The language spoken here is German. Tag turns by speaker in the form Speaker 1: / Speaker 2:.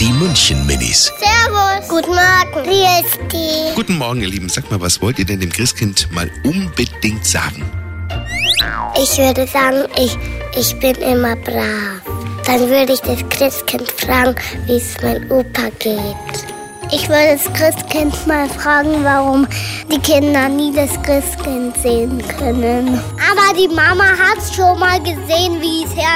Speaker 1: Die München Minis.
Speaker 2: Servus. Guten Morgen. Wie ist die?
Speaker 1: Guten Morgen, ihr Lieben. Sag mal, was wollt ihr denn dem Christkind mal unbedingt sagen?
Speaker 2: Ich würde sagen, ich, ich bin immer brav. Dann würde ich das Christkind fragen, wie es meinem Opa geht. Ich würde das Christkind mal fragen, warum die Kinder nie das Christkind sehen können. Aber die Mama hat schon mal gesehen, wie es